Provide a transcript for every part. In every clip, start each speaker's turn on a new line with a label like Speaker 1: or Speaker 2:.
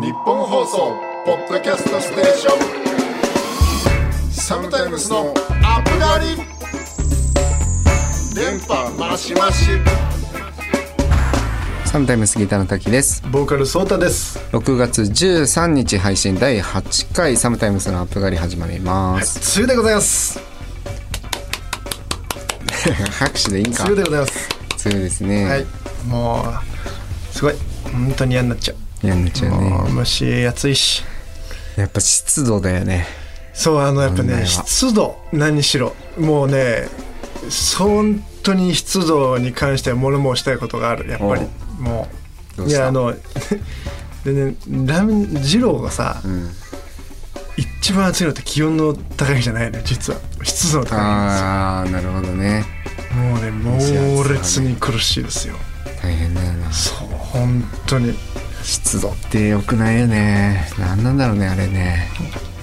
Speaker 1: 日本放送ポッドキャストステーションサムタイムスのアップガリ電波マシマシ
Speaker 2: サムタイムスギターの滝です。
Speaker 3: ボーカルソータです。
Speaker 2: 6月13日配信第8回サムタイムスのアップガリ始まります。
Speaker 3: 梅雨でございます。
Speaker 2: 拍手でいいんか。
Speaker 3: 梅雨でございます。
Speaker 2: 強いですね。
Speaker 3: はい。もうすごい本当に嫌になっちゃ
Speaker 2: やんちゃ
Speaker 3: う。
Speaker 2: う
Speaker 3: も
Speaker 2: ね
Speaker 3: う。蒸し暑いし。
Speaker 2: やっぱ湿度だよね。
Speaker 3: そうあのやっぱ
Speaker 2: 問題
Speaker 3: ね
Speaker 2: は
Speaker 3: 湿度何しろもうね本当に湿度に関しては物申したいことがあるやっぱりも
Speaker 2: ど
Speaker 3: う
Speaker 2: う
Speaker 3: い
Speaker 2: した
Speaker 3: やあの でねラミ二郎がさ、
Speaker 2: ん
Speaker 3: 一番暑いのって気温の高い日じゃないのよ実は湿度の高いんですよ
Speaker 2: ああ、なるほどね。
Speaker 3: もうね猛烈に苦しいですよ
Speaker 2: 大変だよな。
Speaker 3: そう本当に
Speaker 2: 湿度って良くないよね。なんなんだろうね、あれね。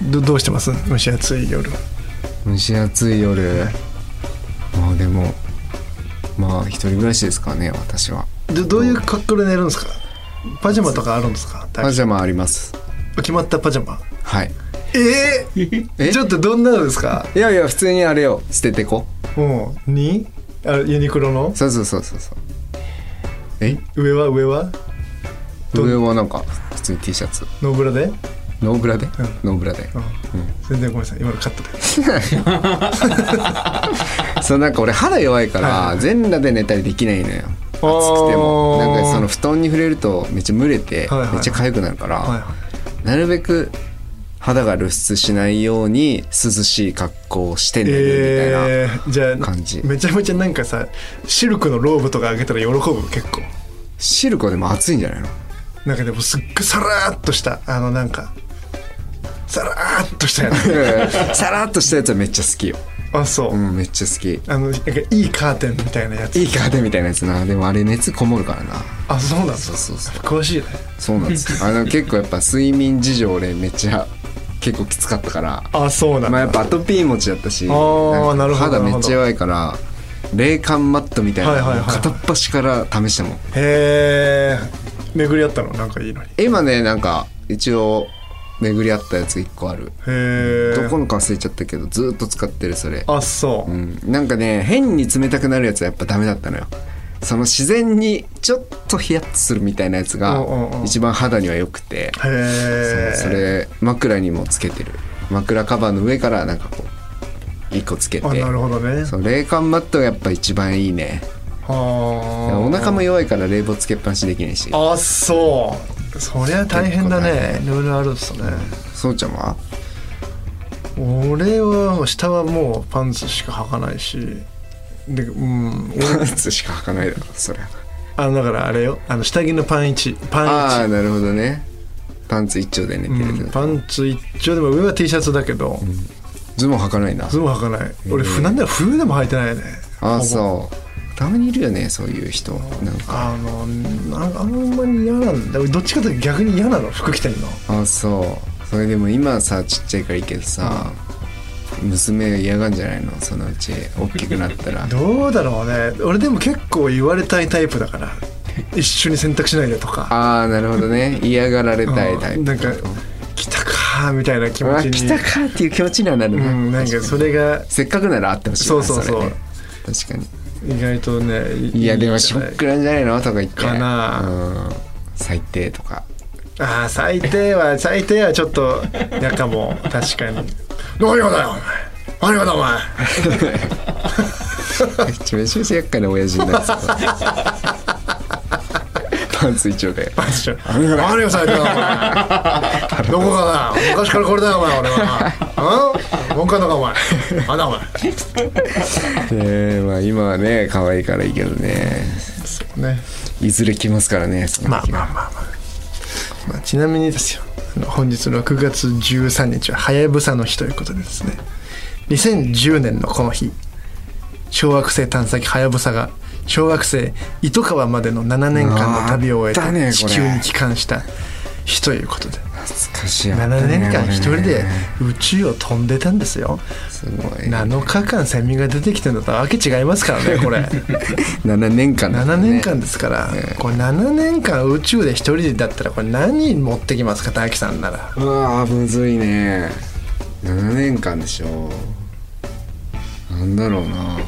Speaker 3: どどうしてます蒸し暑い夜
Speaker 2: 蒸し暑い夜。まあでも、まあ一人暮らしですからね、私は。
Speaker 3: どどういう格好で寝るんですかパジャマとかあるんですか
Speaker 2: パジャマあります。
Speaker 3: 決まったパジャマ
Speaker 2: はい。
Speaker 3: えー、
Speaker 2: え
Speaker 3: ちょっとどんなのですか
Speaker 2: いやいや、普通にあれよ、捨ててこ。
Speaker 3: もうにあユニクロの
Speaker 2: そうそうそうそうそう。え
Speaker 3: 上は上はど
Speaker 2: 上はなんか普通に T シャツ
Speaker 3: ノーブラで、うん、
Speaker 2: ノーブラで、ノーブラで
Speaker 3: 全然ごめんなさい今のカットで
Speaker 2: そうなんか俺肌弱いか
Speaker 3: は
Speaker 2: ら全裸で寝たりできないのよ暑くて
Speaker 3: あー
Speaker 2: もなんかその布団に触れるとめっちゃ蒸れて
Speaker 3: はいはい
Speaker 2: めっちゃ痒くなるか
Speaker 3: はい
Speaker 2: ら
Speaker 3: は
Speaker 2: なるべく肌が露出しないように涼しい格好をして寝るみたいな、
Speaker 3: えー、じゃあ
Speaker 2: 感じ
Speaker 3: めちゃめちゃなんかさシルクのローブとかあげたら喜ぶ結構
Speaker 2: シルコでも暑いんじゃ ないの
Speaker 3: なんかでもすっごいサラーっとしたあのなんかサラーっとしたや つ
Speaker 2: さらっとしたやつはめっちゃ好きよ
Speaker 3: あそう、
Speaker 2: うんめっちゃ好き
Speaker 3: あのなんかいいカーテンみたいなやつ
Speaker 2: いいカーテンみたいなやつなでもあれ熱こもるからな
Speaker 3: あそうなんだ
Speaker 2: そうそうそう
Speaker 3: 詳しいね
Speaker 2: そうなんですよあの結構やっぱ睡眠事情俺めっちゃ結構きつかったから
Speaker 3: あそうなんだ、
Speaker 2: まあやっぱアトピー持ちだったし
Speaker 3: あー
Speaker 2: んか
Speaker 3: なるほど
Speaker 2: 肌めっちゃ弱いから冷感マットみたいな
Speaker 3: はいはいはい
Speaker 2: のを片っ端から試してもん
Speaker 3: へえ巡り合ったのなんかいいのにへ
Speaker 2: 今ねなんか一応巡り合ったやつ1個ある
Speaker 3: え
Speaker 2: どこのか忘れちゃったけどずーっと使ってるそれ
Speaker 3: あそう、
Speaker 2: うんなんかね変に冷たくなるやつはやっぱダメだったのよその自然にちょっとヒヤッとするみたいなやつが
Speaker 3: うんうんうん
Speaker 2: 一番肌には良くて、
Speaker 3: へえ
Speaker 2: そうそれ枕にもつけてる枕カバーの上からなんかこう一個つけ
Speaker 3: あ
Speaker 2: て
Speaker 3: なるほどね
Speaker 2: そう冷感マットがやっぱ一番いいね
Speaker 3: はあ
Speaker 2: お腹も弱いから冷房つけっぱなしできないし
Speaker 3: あそうそりゃ大変だねいろいろあるっすね
Speaker 2: そうちゃんは
Speaker 3: 俺は下はもうパンツしか履かないしでうん俺
Speaker 2: パンツしか履かないだろそりゃ
Speaker 3: あのだからあれよあの下着のパン一
Speaker 2: あ
Speaker 3: パン
Speaker 2: あなるほどねパンツ一丁で寝て
Speaker 3: 一、
Speaker 2: る、
Speaker 3: うん、パンツ一丁でも上は T シャツだけど、
Speaker 2: ズボン履かないな
Speaker 3: ズボン履かない俺ふなんなら冬でも履いてないね
Speaker 2: ああ
Speaker 3: ほぼ
Speaker 2: そうたまにいるよねそういう人なんか
Speaker 3: あのなんかあんまり嫌なんだどっちかというと逆に嫌なの服着てんの
Speaker 2: ああそうそれでも今さちっちゃいからいいけどさ、娘嫌がんじゃないのそのうち大きくなったら
Speaker 3: どうだろうね俺でも結構言われたいタイプだから 一緒に洗濯しないでとか
Speaker 2: ああなるほどね嫌がられたいタイプ
Speaker 3: うんなんか来たかーみたいな気
Speaker 2: う
Speaker 3: 持
Speaker 2: わ
Speaker 3: ちに
Speaker 2: 来たかっていう気持ちにはなる
Speaker 3: う
Speaker 2: な,、
Speaker 3: んなんかそれが
Speaker 2: せっかくなら会ってほしいな
Speaker 3: そうそうそう
Speaker 2: れね確か
Speaker 3: 意外とね
Speaker 2: にいやでもシ
Speaker 3: しょ
Speaker 2: ョックなんじゃないのとか言って
Speaker 3: かな
Speaker 2: うん、最低とか
Speaker 3: ああ最低は最低はちょっとやかも確かに何がだよお前何がだお前
Speaker 2: めちゃめちゃ厄介な親父になる パンツ一丁で
Speaker 3: マジで何をされてんだお前どこかな昔からこれだよお前俺 はうん文化だかお前あんだお前
Speaker 2: えー、まあ今はね可愛いからいいけどね
Speaker 3: ね
Speaker 2: いずれ来ますからねその
Speaker 3: まあ
Speaker 2: 日が
Speaker 3: まあまあまあ、まあ、ちなみにですよあの本日6月13日ははやぶさの日ということでですね2010年のこの日小惑星探査機はやぶさが小惑星糸川までの7年間の旅を終え
Speaker 2: あったね
Speaker 3: て
Speaker 2: こ
Speaker 3: 地
Speaker 2: れ
Speaker 3: 球に帰還した日ということで
Speaker 2: 懐かしいわ
Speaker 3: 7年間一人で宇宙を飛んでたんですよ
Speaker 2: すごい
Speaker 3: 7日間セミが出てきてるのとわけ違いますからね これ
Speaker 2: 7年間だった
Speaker 3: 7
Speaker 2: ね
Speaker 3: 年間ですからこれ7年間宇宙で一人だったらこれ何持ってきますか大樹さんなら
Speaker 2: うわーむずいね7年間でしょなんだろうな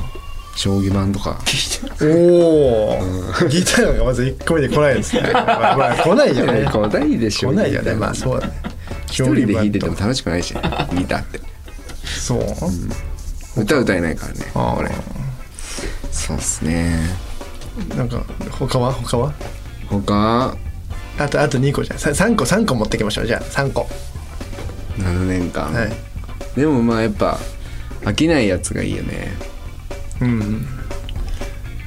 Speaker 2: 将棋盤とか
Speaker 3: おおギターがまず1個目で来ないですねまあまあ来ないよね
Speaker 2: 来ないでしょ
Speaker 3: 来ないよね
Speaker 2: ギター
Speaker 3: まあそうだね
Speaker 2: 一人で弾いてても楽しくないし見たって
Speaker 3: そう、
Speaker 2: 歌歌えないからね
Speaker 3: あ
Speaker 2: 俺そうっすね
Speaker 3: なんか他は他は
Speaker 2: 他
Speaker 3: あとあと2個じゃんさ3個3個持ってきましょうじゃあ3個
Speaker 2: 7年間、
Speaker 3: はい
Speaker 2: でもまあやっぱ飽きないやつがいいよね
Speaker 3: うん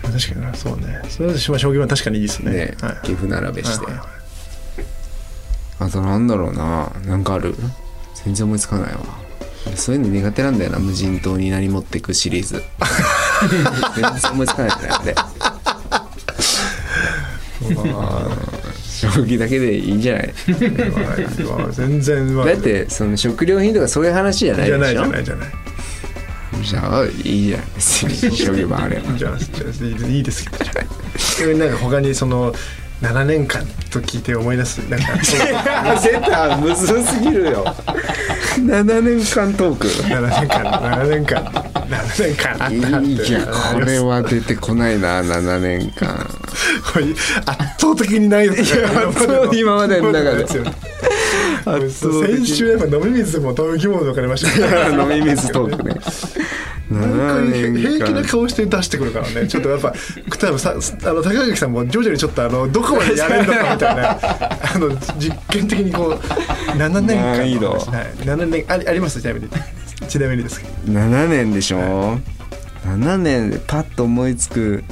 Speaker 3: 確かになそうねそれだと将棋は確かにいいですね
Speaker 2: ね、
Speaker 3: はい
Speaker 2: 岐阜並べして、
Speaker 3: はいはい
Speaker 2: あとなんだろうななんかある全然思いつかないわそういうの苦手なんだよな無人島に何持ってくシリ ーズ全然思いつかないんだよね将棋だけでいいんじゃない
Speaker 3: まあまあ全然まあ
Speaker 2: だってその食料品とかそういう話じゃない
Speaker 3: じゃ
Speaker 2: で
Speaker 3: ない
Speaker 2: し
Speaker 3: じゃ
Speaker 2: ょ
Speaker 3: ないじゃない
Speaker 2: じゃあいいじゃん 別に将棋盤あれば
Speaker 3: じゃあじゃあいいいいですけどじゃあちなみになんか他にその7年間と聞いて思い出すなんかそう
Speaker 2: 出たむずすぎる よ7年間トーク
Speaker 3: 7年間7年間7年間あったなって
Speaker 2: いいじゃんこれ
Speaker 3: は
Speaker 2: は出てこないな7年 間
Speaker 3: 圧倒的にないですね
Speaker 2: いや今までの中で
Speaker 3: 先週やっぱ飲み水もと生き物分かりましたね
Speaker 2: 飲み水トークね
Speaker 3: 本当に
Speaker 2: 7
Speaker 3: 平気
Speaker 2: 年
Speaker 3: な
Speaker 2: 間
Speaker 3: 顔して出してくるからねちょっとやっぱ多分さあの高垣さんも徐々にちょっとあのどこまでやれるのかみた いなあの実験的にこう7年間
Speaker 2: 難易度
Speaker 3: の話はい、7年ありありますちなみにちなみにですけど
Speaker 2: 7年でしょ7年でパッと思いつく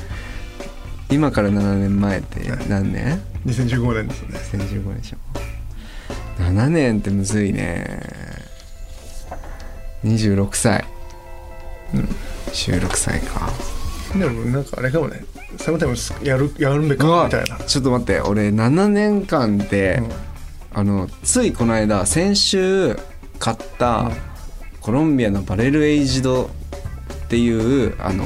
Speaker 2: 今から7年前って何年
Speaker 3: 2015年ですね
Speaker 2: ?2015 年でしょ7年ってむずいね26歳16歳か
Speaker 3: でもなんかあれかもねサムタイムズやるやるんべ
Speaker 2: う
Speaker 3: か
Speaker 2: わ
Speaker 3: みたいな
Speaker 2: ちょっと待って俺7年間で、あのついこの間先週買った、コロンビアのバレルエイジドっていうあの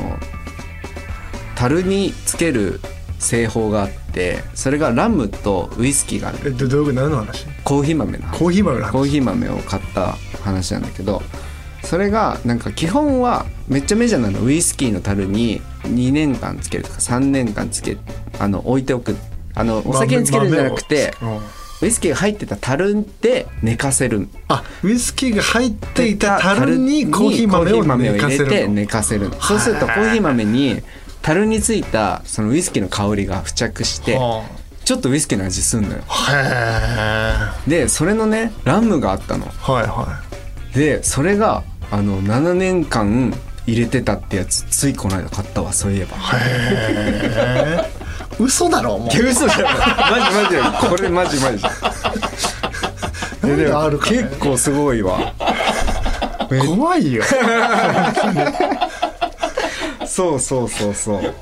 Speaker 2: 樽につける製法があってそれがラムとウイスキーがある
Speaker 3: えどどういう何の話
Speaker 2: コーヒー豆の話
Speaker 3: コーヒー豆の話
Speaker 2: コーヒー豆を買った話なんだけどそれがなんか基本はめっちゃメジャーなのウイスキーの樽に2年間つけるとか3年間つけあの置いておくあのお酒につけるんじゃなくて
Speaker 3: 豆をうん
Speaker 2: ウイスキーが入ってた樽で寝かせる
Speaker 3: あウイスキーが入っていた樽にコーヒー豆を寝
Speaker 2: コ
Speaker 3: かせ
Speaker 2: ーヒー豆を入れて
Speaker 3: るの
Speaker 2: 寝かせるのそうするとコーヒー豆に樽についたそのウイスキーの香りが付着して
Speaker 3: は
Speaker 2: ちょっとウイスキーの味すんのよ
Speaker 3: あへえ
Speaker 2: でそれのねラムがあったの
Speaker 3: はいは
Speaker 2: でそれがあの7年間入れてたってやつついこの間買ったわそういえば
Speaker 3: い嘘だろも
Speaker 2: いや嘘じゃないマジマジこれマジマジ
Speaker 3: うなんであるかね
Speaker 2: 結構すごいわ
Speaker 3: 怖 いよ
Speaker 2: そうそうそうそう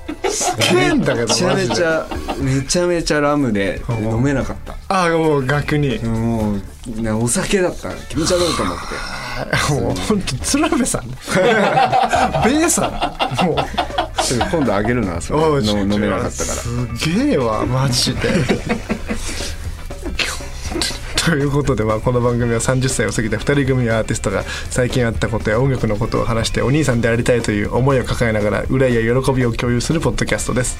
Speaker 3: 危険だけど
Speaker 2: めちゃ
Speaker 3: マ
Speaker 2: め
Speaker 3: ジ
Speaker 2: ち
Speaker 3: で
Speaker 2: ゃめちゃめちゃラムで飲めなかった
Speaker 3: あもう額に
Speaker 2: もうなお酒だったら気持ち悪いと思って
Speaker 3: もう本当鶴瓶さん ベイさんもう
Speaker 2: ちょっと今度あげるなそ
Speaker 3: おい
Speaker 2: れ
Speaker 3: ちょ
Speaker 2: の飲めなかったから
Speaker 3: すげえわマジでということで、まあ、この番組は30歳を過ぎた2人組のアーティストが最近あったことや音楽のことを話してお兄さんでありたいという思いを抱えながら憂いや喜びを共有するポッドキャストです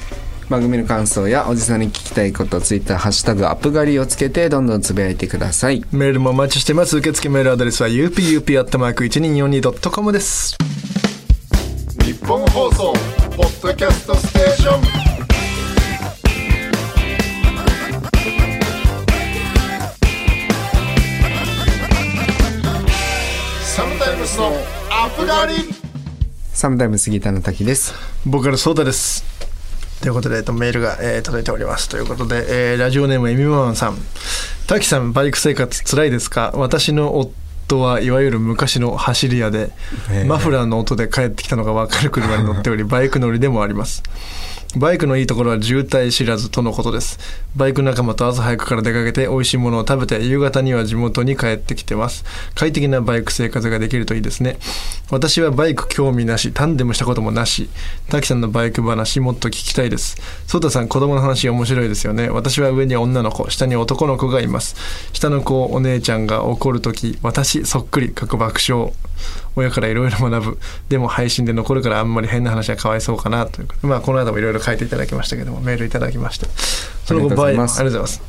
Speaker 2: 番組の感想やおじさんに聞きたいことツイッターハッシュタグアップ狩りをつけてどんどんつぶやいてください
Speaker 3: メールもお待ちしてます受付メールアドレスは upup.1242.com です
Speaker 1: 日本放送ポッドキャストステーションサムタイムスのアップガリ
Speaker 2: サムタイム杉田の滝です
Speaker 3: ボーカルソーダですということで、えっと、メールが、えー届いておりますということで、えーラジオネームエミママンさん滝さんバイク生活つらいですか私の夫はいわゆる昔の走り屋で、マフラーの音で帰ってきたのが分かる車に乗っておりバイク乗りでもありますバイクのいいところは渋滞知らずとのことです。バイク仲間と朝早くから出かけて美味しいものを食べて夕方には地元に帰ってきてます。快適なバイク生活ができるといいですね。私はバイク興味なし、タンデムしたこともなし。滝さんのバイク話もっと聞きたいです。ソタさん、子供の話面白いですよね。私は上に女の子、下に男の子がいます。下の子、お姉ちゃんが怒るとき、私そっくり、過去爆笑。親からいろいろ学ぶでも配信で残るからあんまり変な話はかわいそうかなということまあこの後もいろいろ書いていただきましたけどもメールいただきましたその後バイ
Speaker 2: あり
Speaker 3: ク
Speaker 2: が
Speaker 3: ありが
Speaker 2: と
Speaker 3: とうございます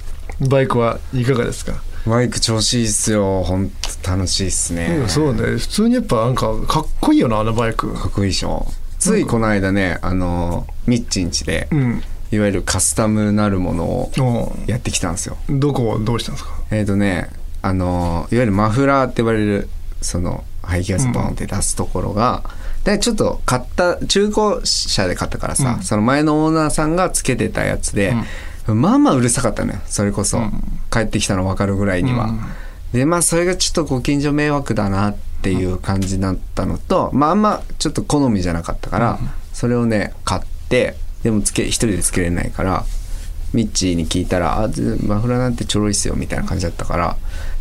Speaker 3: バイクはいかがですか、
Speaker 2: バイク調子いいっすよほんと楽しいっすね、
Speaker 3: うんそうね普通にやっぱなんかかっこいいよなあのバイク
Speaker 2: かっこいいでしょついこの間ねあのミッチンチで
Speaker 3: うん
Speaker 2: いわゆるカスタムなるものを
Speaker 3: お
Speaker 2: やってきたんですよ
Speaker 3: うどこをどうしたんですか
Speaker 2: えっ、とねあのいわゆるマフラーって言われるその排気ガスボンって出すところが、でちょっと買った中古車で買ったからさ、
Speaker 3: うん
Speaker 2: その前のオーナーさんがつけてたやつで、まあまあうるさかったのよそれこそ、
Speaker 3: うん
Speaker 2: 帰ってきたの分かるぐらいには、
Speaker 3: うん
Speaker 2: でまあそれがちょっとご近所迷惑だなっていう感じだったのと、まああんまちょっと好みじゃなかったから、それをね買ってでもつけ一人でつけれないからミッチーに聞いたら「あずマフラーなんてちょろいっすよ」みたいな感じだったから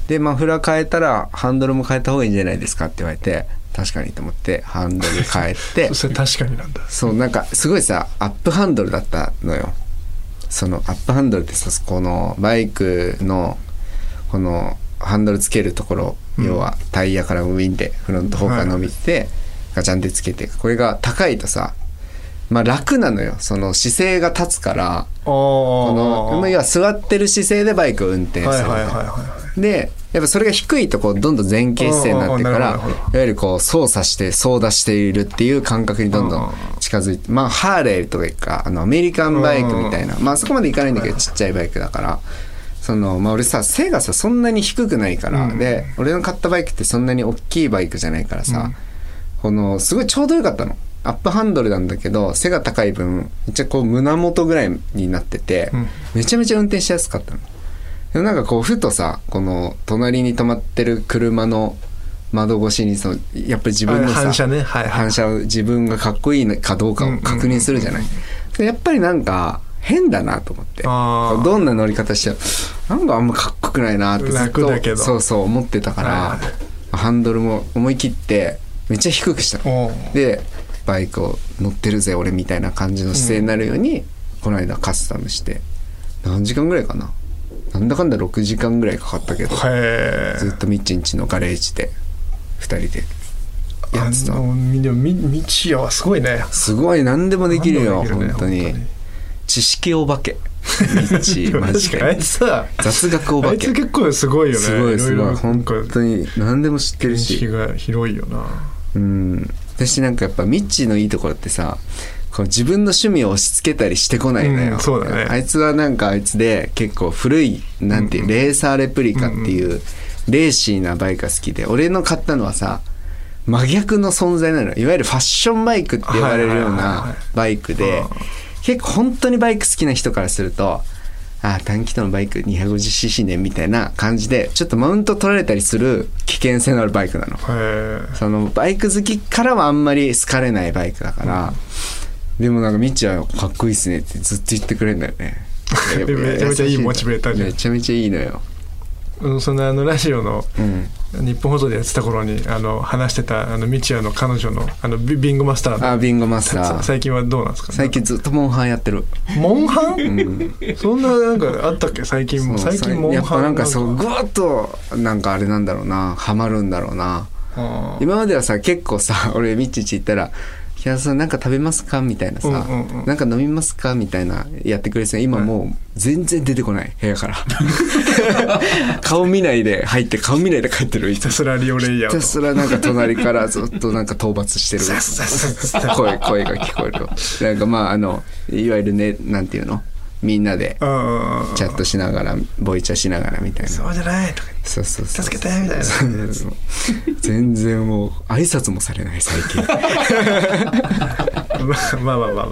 Speaker 2: でマフラー変えたらハンドルも変えた方がいいんじゃないですかって言われて確かにと思ってハンドル変えて
Speaker 3: それ確かになんだ
Speaker 2: そうなんかすごいさアップハンドルだったのよそのアップハンドルってさこのバイクのこのハンドルつけるところ、要はタイヤからウィンでフロントフォーカー伸びて、ガチャンってつけてこれが高いとさまあ楽なのよその姿勢が立つから
Speaker 3: ああ
Speaker 2: このまあ要は座ってる姿勢でバイクを運転する
Speaker 3: はいはい
Speaker 2: みた
Speaker 3: はいい
Speaker 2: な
Speaker 3: は
Speaker 2: でやっぱそれが低いとこうどんどん前傾姿勢になってか
Speaker 3: あーあ
Speaker 2: ら
Speaker 3: ーなるほどなるほ
Speaker 2: いわゆるこう操作して操舵しているっていう感覚にどんど
Speaker 3: うん
Speaker 2: ん近づいてまあハーレーとかあのアメリカンバイクみたいなまあそこまでいかないんだけどちっちゃいバイクだから。そのまあ、俺さ背がさそんなに低くないから、で俺の買ったバイクってそんなに大きいバイクじゃないからさ、このすごいちょうどよかったのアップハンドルなんだけど背が高い分めっちゃこう胸元ぐらいになってて、
Speaker 3: うん
Speaker 2: めちゃめちゃ運転しやすかったのでもなんかこうふとさこの隣に止まってる車の窓越しにそのやっぱり自分の
Speaker 3: あ
Speaker 2: さ
Speaker 3: 反射ねはいはい
Speaker 2: 反射を自分がかっこいいかどうかを確認するじゃない、でやっぱりなんか変だなと思って
Speaker 3: あー
Speaker 2: どんな乗り方してもなんかあんまかっこよくないなってずっ
Speaker 3: 楽だけ
Speaker 2: と
Speaker 3: ど
Speaker 2: そうそう思ってたか
Speaker 3: は
Speaker 2: らハンドルも思い切ってめっちゃ低くしたの
Speaker 3: いおう
Speaker 2: でバイクを乗ってるぜ俺みたいな感じの姿勢になるように、この間カスタムして何時間ぐらいかななんだかんだ6時間ぐらいかかったけど、
Speaker 3: へ
Speaker 2: ずっとみっちんちのガレージで2人で
Speaker 3: え
Speaker 2: やってた
Speaker 3: あのみでもみ道也はすごいね
Speaker 2: すごい何でもできるよ
Speaker 3: 何でもできるね
Speaker 2: 本当に
Speaker 3: 本当に
Speaker 2: 知識お化 けみっち
Speaker 3: でも
Speaker 2: マジ
Speaker 3: 確かにあい
Speaker 2: で
Speaker 3: つさ
Speaker 2: 雑学お
Speaker 3: あ
Speaker 2: 化
Speaker 3: い
Speaker 2: け
Speaker 3: つ結構すごいよね
Speaker 2: すごいすご
Speaker 3: ろろ
Speaker 2: い
Speaker 3: なん
Speaker 2: 本
Speaker 3: か
Speaker 2: 当に何でも知ってる
Speaker 3: 認識
Speaker 2: し
Speaker 3: が広いよな
Speaker 2: うん私なんかやっぱミッチーのいいところってさこう自分の趣味を押し付けたりしてこないのよ、
Speaker 3: うんそうだね
Speaker 2: あいつはなんかあいつで結構古いなんていう、レーサーレプリカっていうレーシーなバイクが好きで俺の買ったのはさ真逆の存在なのよいわゆるファッションバイクって呼ばれるよう
Speaker 3: はいはいはいはい
Speaker 2: なバイクで結構本当にバイク好きな人からするとああ短気筒のバイク 250cc ねみたいな感じでちょっとマウント取られたりする危険性のあるバイクなの。
Speaker 3: へ
Speaker 2: そのバイク好きからはあんまり好かれないバイクだから、でもなんかみっちはかっこいいっすねってずっと言ってくれるんだよね
Speaker 3: でめちゃめちゃいいモチベーターじゃん
Speaker 2: めちゃめちゃいいのよ、
Speaker 3: えうんそのあのラジオの
Speaker 2: うん、
Speaker 3: 日本放送でやってた頃にあの話してたあの道也の彼女のあのビビングマスターの
Speaker 2: あビンゴマスタ
Speaker 3: さ
Speaker 2: ー
Speaker 3: 最近はどうなんですか
Speaker 2: 最近ずっとモンハンやってる
Speaker 3: モンハン、そんななんかあったっけ最近
Speaker 2: そう
Speaker 3: 最近モン
Speaker 2: やっ
Speaker 3: ハ
Speaker 2: ぱ
Speaker 3: ン
Speaker 2: なんかそうぐわっとなんかあれなんだろうなハマるんだろうな
Speaker 3: あー
Speaker 2: 今まではさ結構さ 俺ミッチッチ行ったら「平田さんなんか食べますか?」みたいなさ、
Speaker 3: うんうんうん
Speaker 2: なんか飲みますか?」みたいなやってくれてた今もう全然出てこない部屋から 顔見ないで入って顔見ないで帰ってるひ
Speaker 3: ひたすらリオレイヤー
Speaker 2: た
Speaker 3: と
Speaker 2: すらなんか隣からずっとなんか討伐してる声声が聞こえるなんかまああのいわゆるねなんていうのみんなで
Speaker 3: うんうんうん
Speaker 2: チャットしながらボイチャしながらみたいな
Speaker 3: そうじゃないとか
Speaker 2: そうそうそう
Speaker 3: 助けてみたいな
Speaker 2: そうそう全然もう挨拶もされない最近
Speaker 3: 言ってまあまあまあまあ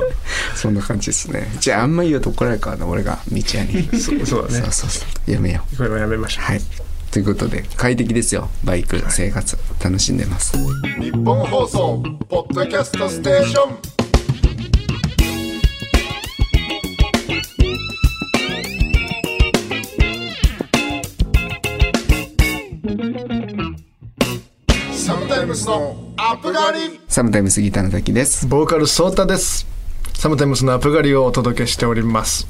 Speaker 2: そんな感じですね。じゃあ、あんま言うと怒られるからな、俺が、道屋に。
Speaker 3: そうそうだ
Speaker 2: そ
Speaker 3: ね
Speaker 2: うそうそう。やめよう。
Speaker 3: これはやめましょう
Speaker 2: はい。ということで、快適ですよ。バイク生活、楽しんでます。
Speaker 1: 日本放送ポッドキャストステーションタイムスのアップガリ
Speaker 2: サムタイムスギターの滝です
Speaker 3: ボーカルソータですサムタイムスのアップガリをお届けしております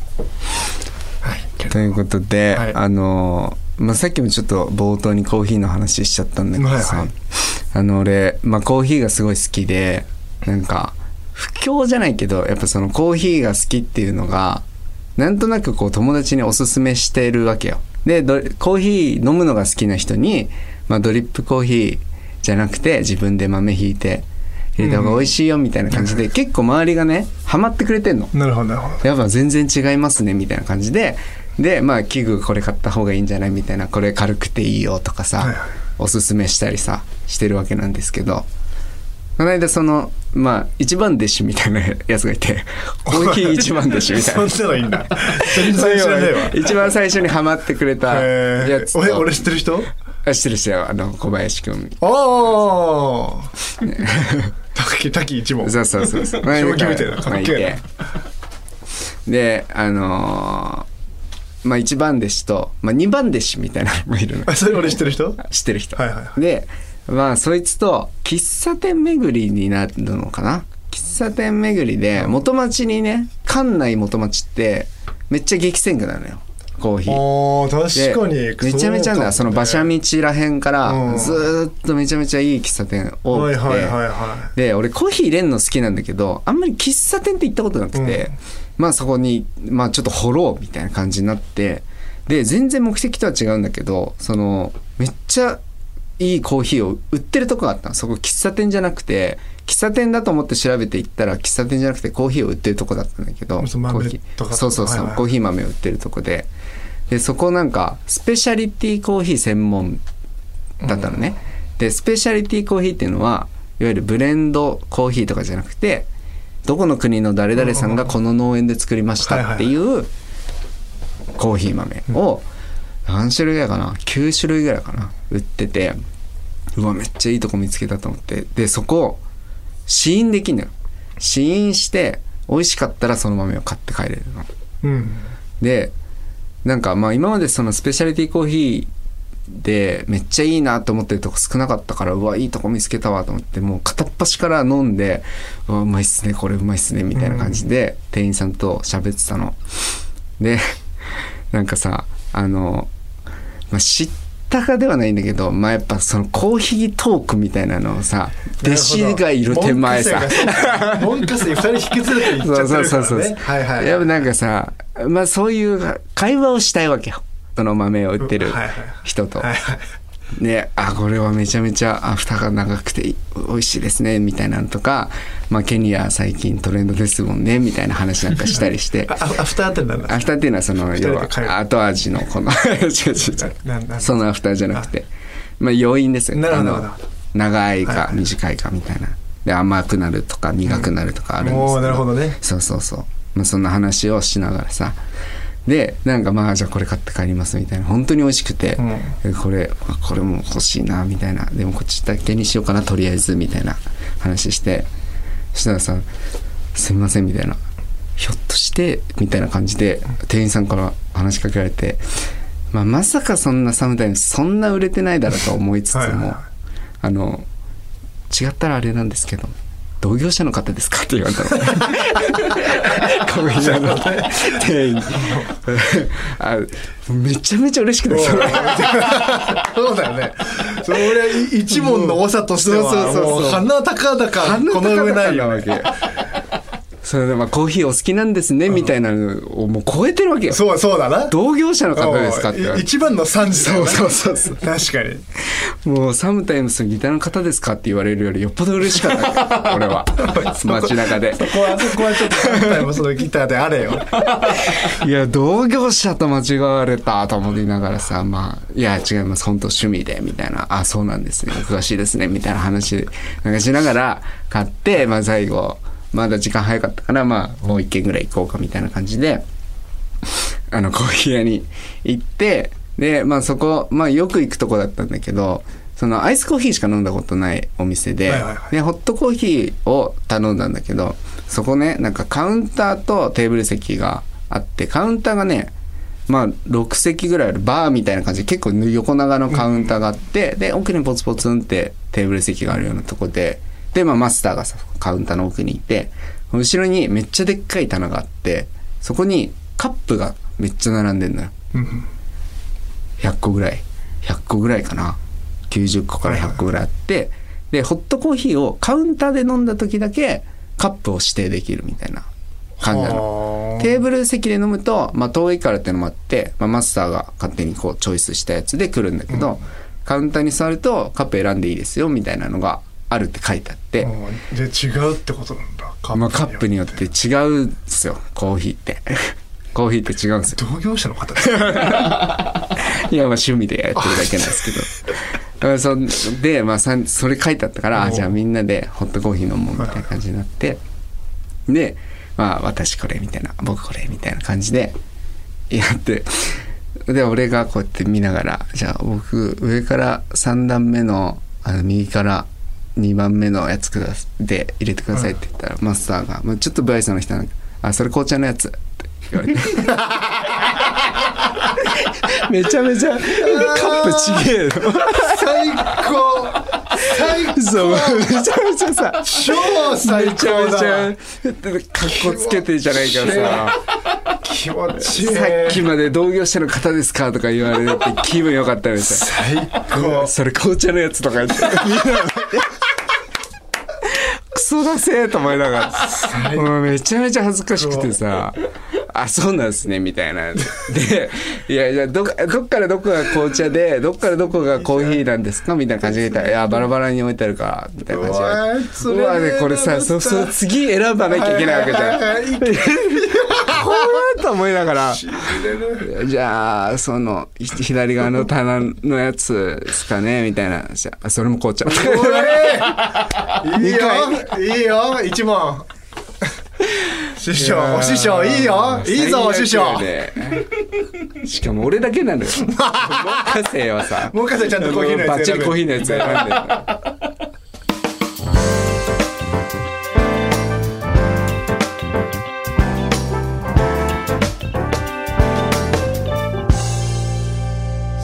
Speaker 3: はいけど
Speaker 2: ということで、
Speaker 3: はい
Speaker 2: あのーまあ、さっきもちょっと冒頭にコーヒーの話しちゃったんだけどさ、
Speaker 3: はいはい
Speaker 2: あの俺、まあ、コーヒーがすごい好きでなんか不況じゃないけどやっぱそのコーヒーが好きっていうのがなんとなくこう友達におすすめしてるわけよでドリコーヒー飲むのが好きな人に、まあ、ドリップコーヒーじゃなくて自分で豆ひいて入れた方が美味しいよみたいな感じで、結構周りがねハマってくれてんの
Speaker 3: なるほどなるほど
Speaker 2: やっぱ全然違いますねみたいな感じででまあ器具これ買った方がいいんじゃないみたいなこれ軽くていいよとかさ、
Speaker 3: はいはい
Speaker 2: おすすめしたりさしてるわけなんですけどこの間そのまあ一番弟子みたいな やつがいてコーヒー一番弟子みたいな
Speaker 3: そんなのいいんだ全
Speaker 2: そう
Speaker 3: 然知らねえわ
Speaker 2: いう一番最初にハマってくれた
Speaker 3: え
Speaker 2: やつ
Speaker 3: ー、
Speaker 2: と、
Speaker 3: 俺俺知ってる人
Speaker 2: あ知ってる人よあの小林くん
Speaker 3: おお滝滝一問
Speaker 2: そうそうそうそう
Speaker 3: 将棋みたいなかっけえ
Speaker 2: であのーまあ1番弟子と、まあ、2番弟子みたいなのがいるの
Speaker 3: あそれ俺知ってる人
Speaker 2: 知ってる人、
Speaker 3: はいはいは
Speaker 2: でまあそいつと喫茶店巡りになるのかな喫茶店巡りで元町にね館内元町ってめっちゃ激戦区なのよコーヒー
Speaker 3: おー
Speaker 2: で
Speaker 3: 確かに
Speaker 2: めちゃめちゃなんだよその馬車
Speaker 3: 見
Speaker 2: 道らへんから
Speaker 3: うん
Speaker 2: ずーっとめちゃめちゃいい喫茶店多く
Speaker 3: はい
Speaker 2: て、
Speaker 3: はいはいは
Speaker 2: で俺コーヒー入れんの好きなんだけどあんまり喫茶店って行ったことなくて、まあそこに、まあ、ちょっと掘ろうみたいな感じになってで全然目的とは違うんだけどそのめっちゃいいコーヒーを売ってるとこがあったのそこ喫茶店じゃなくて喫茶店だと思って調べて行ったら喫茶店じゃなくてコーヒーを売ってるとこだったんだけど
Speaker 3: そう豆
Speaker 2: コーヒー
Speaker 3: とか
Speaker 2: そうそうそう、
Speaker 3: はいはい
Speaker 2: コーヒー豆を売ってるとこででそこなんかスペシャリティコーヒー専門だったのね、でスペシャリティコーヒーっていうのはいわゆるブレンドコーヒーとかじゃなくてどこの国の誰々さんがこの農園で作りましたっていうコーヒー豆を何種類ぐらいかな9種類ぐらいかな売っててうわめっちゃいいとこ見つけたと思ってでそこを試飲できんのよ試飲して美味しかったらその豆を買って帰れるの
Speaker 3: いうん
Speaker 2: でなんかまあ今までそのスペシャリティコーヒーでめっちゃいいなと思ってるとこ少なかったからうわいいとこ見つけたわと思ってもう片っ端から飲んでうわうまいっすねこれうまいっすねみたいな感じで店員さんと喋ってたの。でなんかさあの、まあ、知ったかではないんだけどまあやっぱそのコーヒートークみたいなのをさ弟子がいる手前さ
Speaker 3: 文科生 がそう文科生二人引き連れて行っちゃっ
Speaker 2: そう
Speaker 3: てるから
Speaker 2: そうそう
Speaker 3: ね
Speaker 2: そう。
Speaker 3: はいはい
Speaker 2: やっぱなんかさ、まあそういう会話をしたいわけよ。その豆を売ってる
Speaker 3: はいはい
Speaker 2: 人と。
Speaker 3: はいはい
Speaker 2: ね、あ、これはめちゃめちゃ、あ、蓋が長くてい美味しいですね、みたいなのとか、まあケニア最近トレンドですもんね、みたいな話なんかしたり して
Speaker 3: あ。あアフターってなんだ
Speaker 2: アフターっていうのはその、
Speaker 3: 人
Speaker 2: 要
Speaker 3: で
Speaker 2: は
Speaker 3: 帰る
Speaker 2: 後味のこの、違う違う
Speaker 3: な
Speaker 2: 違
Speaker 3: な
Speaker 2: う。 そのアフターじゃなくて、まあ要因ですよね。
Speaker 3: なるほ
Speaker 2: あ
Speaker 3: ど
Speaker 2: の
Speaker 3: なるほど
Speaker 2: 長い
Speaker 3: はい
Speaker 2: か
Speaker 3: はい
Speaker 2: 短いかみたいな。で、甘くなるとか苦くなるとかあるんですけ
Speaker 3: もうなるほどね
Speaker 2: そうそうそう、まあ、そんな話をしながらさでなんかまあじゃあこれ買って帰りますみたいな本当に美味しくて、えこれあこれも欲しいなみたいなでもこっちだけにしようかなとりあえずみたいな話してそしたらさ「すみません」みたいな「ひょっとして」みたいな感じで店員さんから話しかけられて、まあ、まさかそんなサムタイムそんな売れてないだろうと思いつつも
Speaker 3: はいはいはい
Speaker 2: あの違ったらあれなんですけど同業者の方ですかって言われ たの。コンビニの店員にあめちゃめちゃ嬉しくてその
Speaker 3: そうだよねそれ俺い一問の多さとしては
Speaker 2: そうそうそうそう
Speaker 3: もう鼻高々この上ないよ
Speaker 2: わけそれでまあコーヒーお好きなんですねみたいなのをもう超えてるわけよ
Speaker 3: そうそうだな
Speaker 2: 同業者の方ですかって言わ
Speaker 3: い
Speaker 2: れて
Speaker 3: 一番の3時だよな
Speaker 2: そうそうそう
Speaker 3: 確かに
Speaker 2: もうサムタイムスのギターの方ですかって言われるよりよっぽど嬉しか ったよ俺は街中で
Speaker 3: そこはそこはちょっと今回もそのギターであれよ
Speaker 2: いや同業者と間違われたと思いながらさまあいや違います本当趣味でみたいなあそうなんですねお詳しいですねみたいな話なんかしながら買ってまあ最後まだ時間早かったからまあもう一軒ぐらい行こうかみたいな感じであのコーヒー屋に行ってでまあそこまあよく行くとこだったんだけどそのアイスコーヒーしか飲んだことないお店で、
Speaker 3: はいはいはい
Speaker 2: でホットコーヒーを頼んだんだけどそこねなんかカウンターとテーブル席があってカウンターがねまあ、6席ぐらいあるバーみたいな感じで結構横長のカウンターがあって、で奥にポツポツンってテーブル席があるようなとこでで、まあ、マスターがさカウンターの奥にいて後ろにめっちゃでっかい棚があってそこにカップがめっちゃ並んでんのよ
Speaker 3: うん
Speaker 2: 100個ぐらい100個ぐらいかな90個から100個ぐらいあってでホットコーヒーをカウンターで飲んだ時だけカップを指定できるみたいな感じなの。
Speaker 3: はあ
Speaker 2: テーブル席で飲むと、まあ、遠いからってのもあって、まあ、マスターが勝手にこうチョイスしたやつで来るんだけど、カウンターに座るとカップ選んでいいですよみたいなのがあるって書いてあって、
Speaker 3: うんで違うってことなんだカ
Speaker 2: まあ、カップによって違うんですよコーヒーって コーヒーって違うんですよ
Speaker 3: 同業者の方です
Speaker 2: いやま
Speaker 3: か
Speaker 2: あ趣味でやってるだけなんですけどそんで、まあ、さんそれ書いてあったから
Speaker 3: お
Speaker 2: あ
Speaker 3: う
Speaker 2: じゃあみんなでホットコーヒー飲もうみたいな感じになってで、まあ、私これみたいな僕これみたいな感じでやってで俺がこうやって見ながらじゃあ僕上から3段目のあの右から2番目のやつくださで入れてくださいって言ったら、マスターが、まあ、ちょっと不愛想な人なんだけどあそれ紅茶のやつ」って言われて。めちゃめちゃカップちげえの。
Speaker 3: 最高最高
Speaker 2: そう、めちゃめちゃさ、
Speaker 3: 超最
Speaker 2: めちゃ
Speaker 3: 高
Speaker 2: めち
Speaker 3: だ
Speaker 2: ゃ、かっこつけてじゃないから
Speaker 3: 気持ちいい
Speaker 2: さ、さっきまで同業者の方ですかとか言われて気分良かったみたいな。
Speaker 3: 最高
Speaker 2: それ紅茶のやつとか言って、みんながクソだせえと思いながら、もうめちゃめちゃ恥ずかしくてさ、あ、そうなんですね、みたいな。で、いやいや、どっどっからどこが紅茶で、どっからどこがコーヒーなんですかみたいな感じで言ったら、いや、バラバラに置いてあるから、みたいな感じで。
Speaker 3: うわーそれね
Speaker 2: うわね、これさ、そうそう、次選ばなきゃいけないわけじゃん。怖いと思いながら。じゃあ、その、ひ左側の棚のやつですかねみたいな。じゃあ、それも紅茶。
Speaker 3: おいいいよいいよ一問師匠お師匠いいよいいぞお師匠
Speaker 2: 最悪やねしかも俺だけなのよ。文科生はさ、
Speaker 3: もう一回ちゃんとコーヒーのや
Speaker 2: バッ
Speaker 3: つ
Speaker 2: チ
Speaker 3: 選
Speaker 2: リ
Speaker 3: べ
Speaker 2: コーヒーのやつ選んでる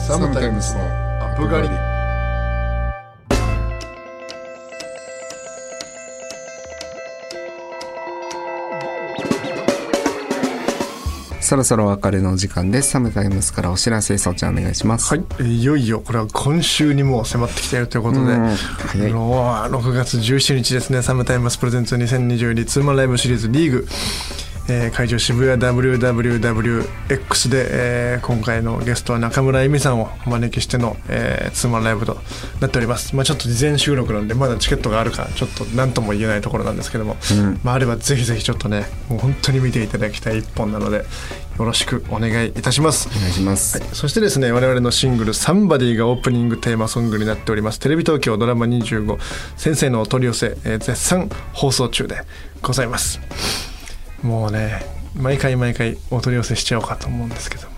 Speaker 1: サムタイムスのアップ狩り
Speaker 2: そろそろお別れのお時間です。サムタイムスからお知らせ、そちゃんお願いします。
Speaker 3: はい、えーいよいよこれは今週にもう迫ってきているということで、
Speaker 2: うん
Speaker 3: あ
Speaker 2: 早い
Speaker 3: のー6月17日ですね「サムタイムスプレゼンツ2022ツーマンライブシリーズリーグ」えー会場渋谷 WWWX で、えー今回のゲストは中村由美さんをお招きしての、えーツーマンライブとなっております、まあ、ちょっと事前収録なんでまだチケットがあるかちょっと何とも言えないところなんですけども、まあ、あればぜひぜひちょっとねもう本当に見ていただきたい一本なのでよろしくお願いいたします
Speaker 2: お願いします。
Speaker 3: そしてですね我々のシングル「サンバディ」がオープニングテーマソングになっておりますテレビ東京ドラマ25「先生のお取り寄せ、えー絶賛放送中でございますもうね毎回毎回お取り寄せしちゃおうかと思うんですけども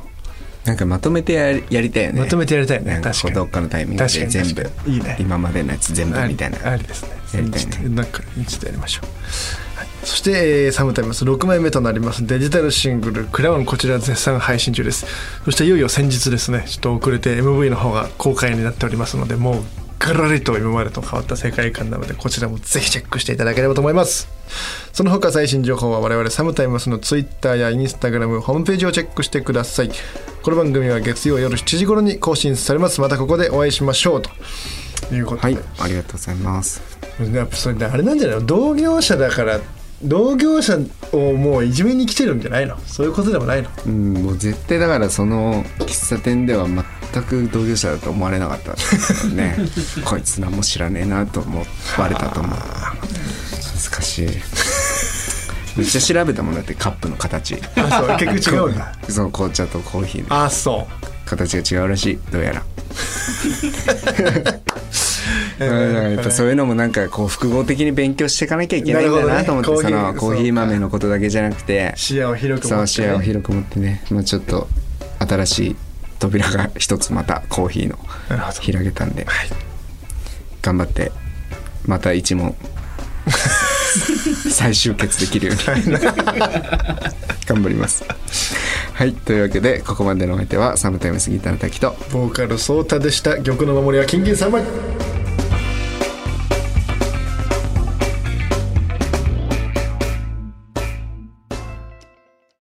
Speaker 2: なんかまとめてやりやりたいよね。
Speaker 3: まとめてやりたいね
Speaker 2: なんか
Speaker 3: 確か
Speaker 2: こう
Speaker 3: に
Speaker 2: どっかのタイミングで
Speaker 3: 確かに
Speaker 2: 全部
Speaker 3: 確かにいいね
Speaker 2: 今までのやつ全部みたいな。
Speaker 3: ありありですね
Speaker 2: やりたいね
Speaker 3: ちょっとなんかちょっとやりましょう、はい、そして、えーサムタイムス6枚目となりますデジタルシングル「クラウン」こちら絶賛配信中ですそしていよいよ先日ですねちょっと遅れて MV の方が公開になっておりますのでもうガラリと今までと変わった世界観なのでこちらもぜひチェックしていただければと思いますその他最新情報は我々サムタイムスの Twitter や Instagram ホームページをチェックしてくださいこの番組は月曜夜7時頃に更新されますまたここでお会いしましょうということで、
Speaker 2: はい、ありがとうございます。
Speaker 3: やっぱそれねあれなんじゃないの同業者だから同業者をもういじめに来てるんじゃないのそういうことで もないの
Speaker 2: うん、もう絶対だからその喫茶店では全く同業者だと思われなか ったですよねこいつ何も知らねえなと思われたと思う恥ずかしい めっちゃ調べたもんだってカップの 形
Speaker 3: あそう結局違うんだ
Speaker 2: その紅茶とコーヒーの
Speaker 3: あそ
Speaker 2: 形が違うらしいどうや ら
Speaker 3: う、
Speaker 2: うんやっぱそういうのもなんかこう複合的に勉強していかなきゃいけないんだなと思って、
Speaker 3: なるほ
Speaker 2: そ
Speaker 3: どね
Speaker 2: の
Speaker 3: コ
Speaker 2: コ
Speaker 3: ーヒー
Speaker 2: ーヒー豆のことだけじゃなくて
Speaker 3: 視野を広く
Speaker 2: そ
Speaker 3: 持
Speaker 2: う
Speaker 3: って
Speaker 2: 視
Speaker 3: ね
Speaker 2: 野を広く持ってね、まあ、ちょっと新しい扉が一つまたコーヒーの
Speaker 3: なるほど
Speaker 2: 開けたんで、頑張ってまた一問再集結できるように 頑張りますはいというわけでここまでのお相手はサムタイムスギターの滝と
Speaker 3: ボーカルソータでした玉の守りは金銀三枚